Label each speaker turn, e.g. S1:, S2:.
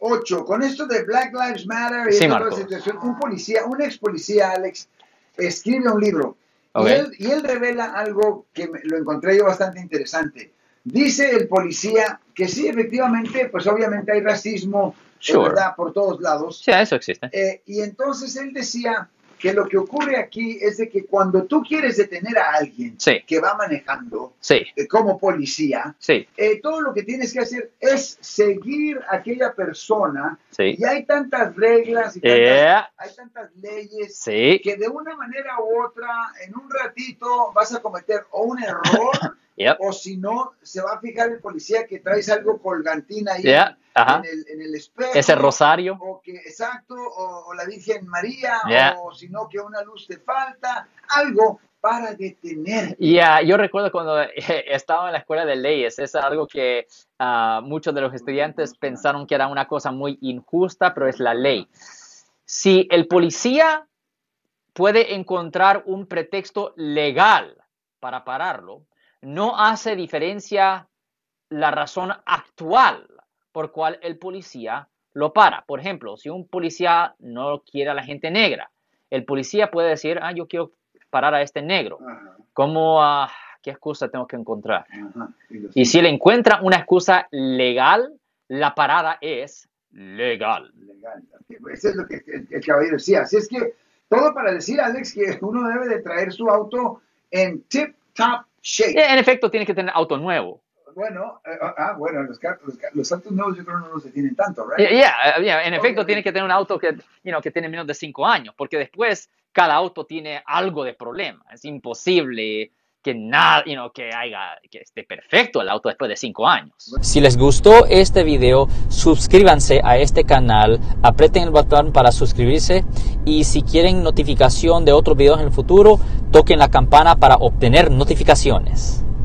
S1: 8, con esto de Black Lives Matter y
S2: Sí,
S1: esta
S2: Marco.
S1: situación, un policía, un ex policía, Alex, escribe un libro.
S2: Ok.
S1: Y, él, y él revela algo que me- lo encontré yo bastante interesante. Dice el policía que sí, efectivamente, pues obviamente hay racismo es
S2: Sure.
S1: ¿verdad? por todos lados.
S2: Sí, eso existe.
S1: Eh, y entonces él decía que lo que ocurre aquí es de que cuando tú quieres detener a alguien
S2: Sí.
S1: que va manejando
S2: Sí,
S1: eh, como policía,
S2: sí,
S1: eh, todo lo que tienes que hacer es seguir a aquella persona.
S2: Sí. Eh.
S1: Y hay tantas reglas y tantas,
S2: Yeah.
S1: hay tantas leyes
S2: sí.
S1: que de una manera u otra, en un ratito, vas a cometer o un error
S2: Yep.
S1: o si no, se va a fijar el policía que traes algo colgantina ahí
S2: Yeah, ajá.
S1: en, el, en el espejo.
S2: Ese rosario.
S1: O que, exacto, o, o la Virgen María,
S2: Yeah.
S1: o si no, que una luz te falta, algo para detener.
S2: Ya, yo recuerdo cuando eh, estaba en la escuela de leyes, es algo que ah, muchos de los estudiantes pensaron que era una cosa muy injusta, pero es la ley. Si el policía puede encontrar un pretexto legal para pararlo, no hace diferencia la razón actual por cual el policía lo para. Por ejemplo, si un policía no quiere a la gente negra, el policía puede decir, ah, yo quiero parar a este negro.
S1: Ajá,
S2: ¿Cómo, ah, qué excusa tengo que encontrar?
S1: ajá, y los-
S2: Y si le encuentra una excusa legal, la parada es legal.
S1: legal. Eso es lo que el, el caballero decía. Así es que todo para decir, Alex, que uno debe de traer su auto en tip-top shape.
S2: Eh, En efecto, tiene que tener auto nuevo.
S1: Bueno, eh, ah, bueno, los, car- los, car- los autos nuevos yo creo no los detienen tanto,
S2: Yeah,
S1: ¿right?
S2: yeah, uh, Oh, yeah, En efecto,
S1: Obviamente.
S2: tiene que tener un auto que, you know, que tiene menos de cinco años, porque después cada auto tiene algo de problema. Es imposible que nada, you know, que haya, que esté perfecto el auto después de cinco años. Si les gustó este video, suscríbanse a este canal, aprieten el botón para suscribirse y si quieren notificación de otros videos en el futuro, toquen la campana para obtener notificaciones.